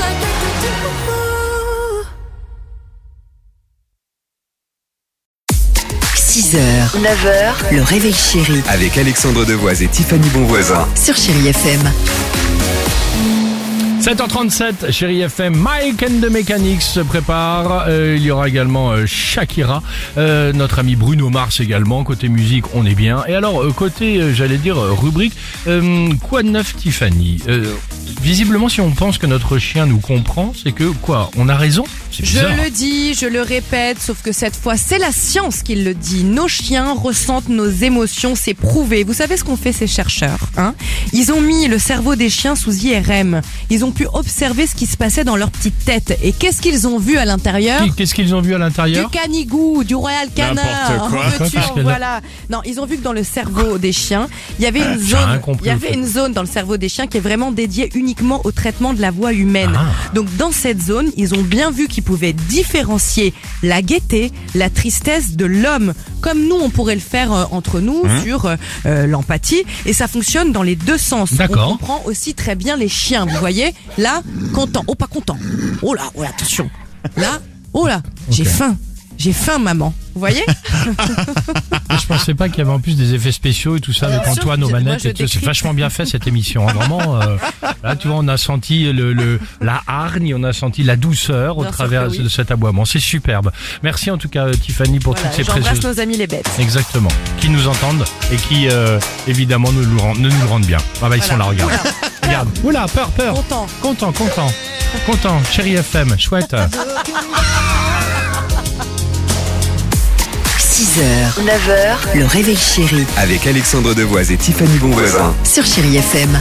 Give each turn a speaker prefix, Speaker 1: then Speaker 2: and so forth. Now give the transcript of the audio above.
Speaker 1: like we could do. Ooh.
Speaker 2: 6h, 9h, le réveil chéri
Speaker 3: Avec Alexandre Devoise et Tiffany Bonvoisin.
Speaker 2: sur Chérie FM.
Speaker 4: 7h37, chérie FM, Mike and the Mechanics se prépare. Euh, il y aura également euh, Shakira, euh, notre ami Bruno Mars également. Côté musique, on est bien. Et alors, euh, côté, euh, j'allais dire, euh, rubrique, euh, quoi de neuf, Tiffany Euh, Visiblement, si on pense que notre chien nous comprend, c'est que quoi On a raison C'est
Speaker 5: Je
Speaker 4: bizarre.
Speaker 5: le dis, je le répète, sauf que cette fois, c'est la science qui le dit. Nos chiens ressentent nos émotions, c'est prouvé. Vous savez ce qu'ont fait ces chercheurs hein Ils ont mis le cerveau des chiens sous IRM. Ils ont pu observer ce qui se passait dans leur petite tête. Et qu'est-ce qu'ils ont vu à l'intérieur
Speaker 4: Qui- Qu'est-ce qu'ils ont vu à
Speaker 5: du
Speaker 4: l'intérieur
Speaker 5: canigou, du royal canard,
Speaker 4: quoi.
Speaker 5: en veux-tu,
Speaker 4: Parce que
Speaker 5: en
Speaker 4: là-
Speaker 5: voilà. Non, ils ont vu que dans le cerveau des chiens, il y avait une
Speaker 4: Ah, j'ai rien
Speaker 5: zone,
Speaker 4: compris,
Speaker 5: il y avait
Speaker 4: en fait.
Speaker 5: une zone dans le cerveau des chiens qui est vraiment dédiée uniquement au traitement de la voix humaine.
Speaker 4: Ah.
Speaker 5: Donc dans cette zone, ils ont bien vu qu'ils pouvaient différencier la gaieté, la tristesse de l'homme, comme nous on pourrait le faire euh, entre nous
Speaker 4: Mmh.
Speaker 5: sur euh, euh, l'empathie, et ça fonctionne dans les deux sens.
Speaker 4: D'accord.
Speaker 5: On comprend aussi très bien les chiens. Vous voyez, là, content, oh pas content, oh là, oh là, attention, là, oh là, j'ai faim. J'ai faim, maman. Vous voyez
Speaker 4: Je pensais pas qu'il y avait en plus des effets spéciaux et tout ça avec
Speaker 5: bien sûr,
Speaker 4: Antoine aux
Speaker 5: je- moi,
Speaker 4: manettes.
Speaker 5: je
Speaker 4: et tout ça. C'est
Speaker 5: décrypte.
Speaker 4: vachement bien fait cette émission. hein. Vraiment, euh, là, tu vois, on a senti le, le- la hargne, on a senti la douceur au
Speaker 5: Bien sûr
Speaker 4: travers
Speaker 5: que oui.
Speaker 4: de cet aboiement. C'est superbe. Merci en tout cas, euh, Tiffany, pour
Speaker 5: Voilà,
Speaker 4: toutes ces
Speaker 5: J'embrasse
Speaker 4: précieuses.
Speaker 5: nos amis les bêtes.
Speaker 4: Exactement. Qui nous entendent et qui, euh, évidemment, nous, le rendent- ne nous le rendent bien. Ah bah, ils sont là, regarde. Regarde. Oula, peur, peur.
Speaker 5: Content.
Speaker 4: Content, content. Content. Chérie FM, chouette.
Speaker 2: 6h, 9h, le réveil chéri
Speaker 3: Avec Alexandre Devoise et Tiffany Bonvoisin.
Speaker 2: sur Chérie FM.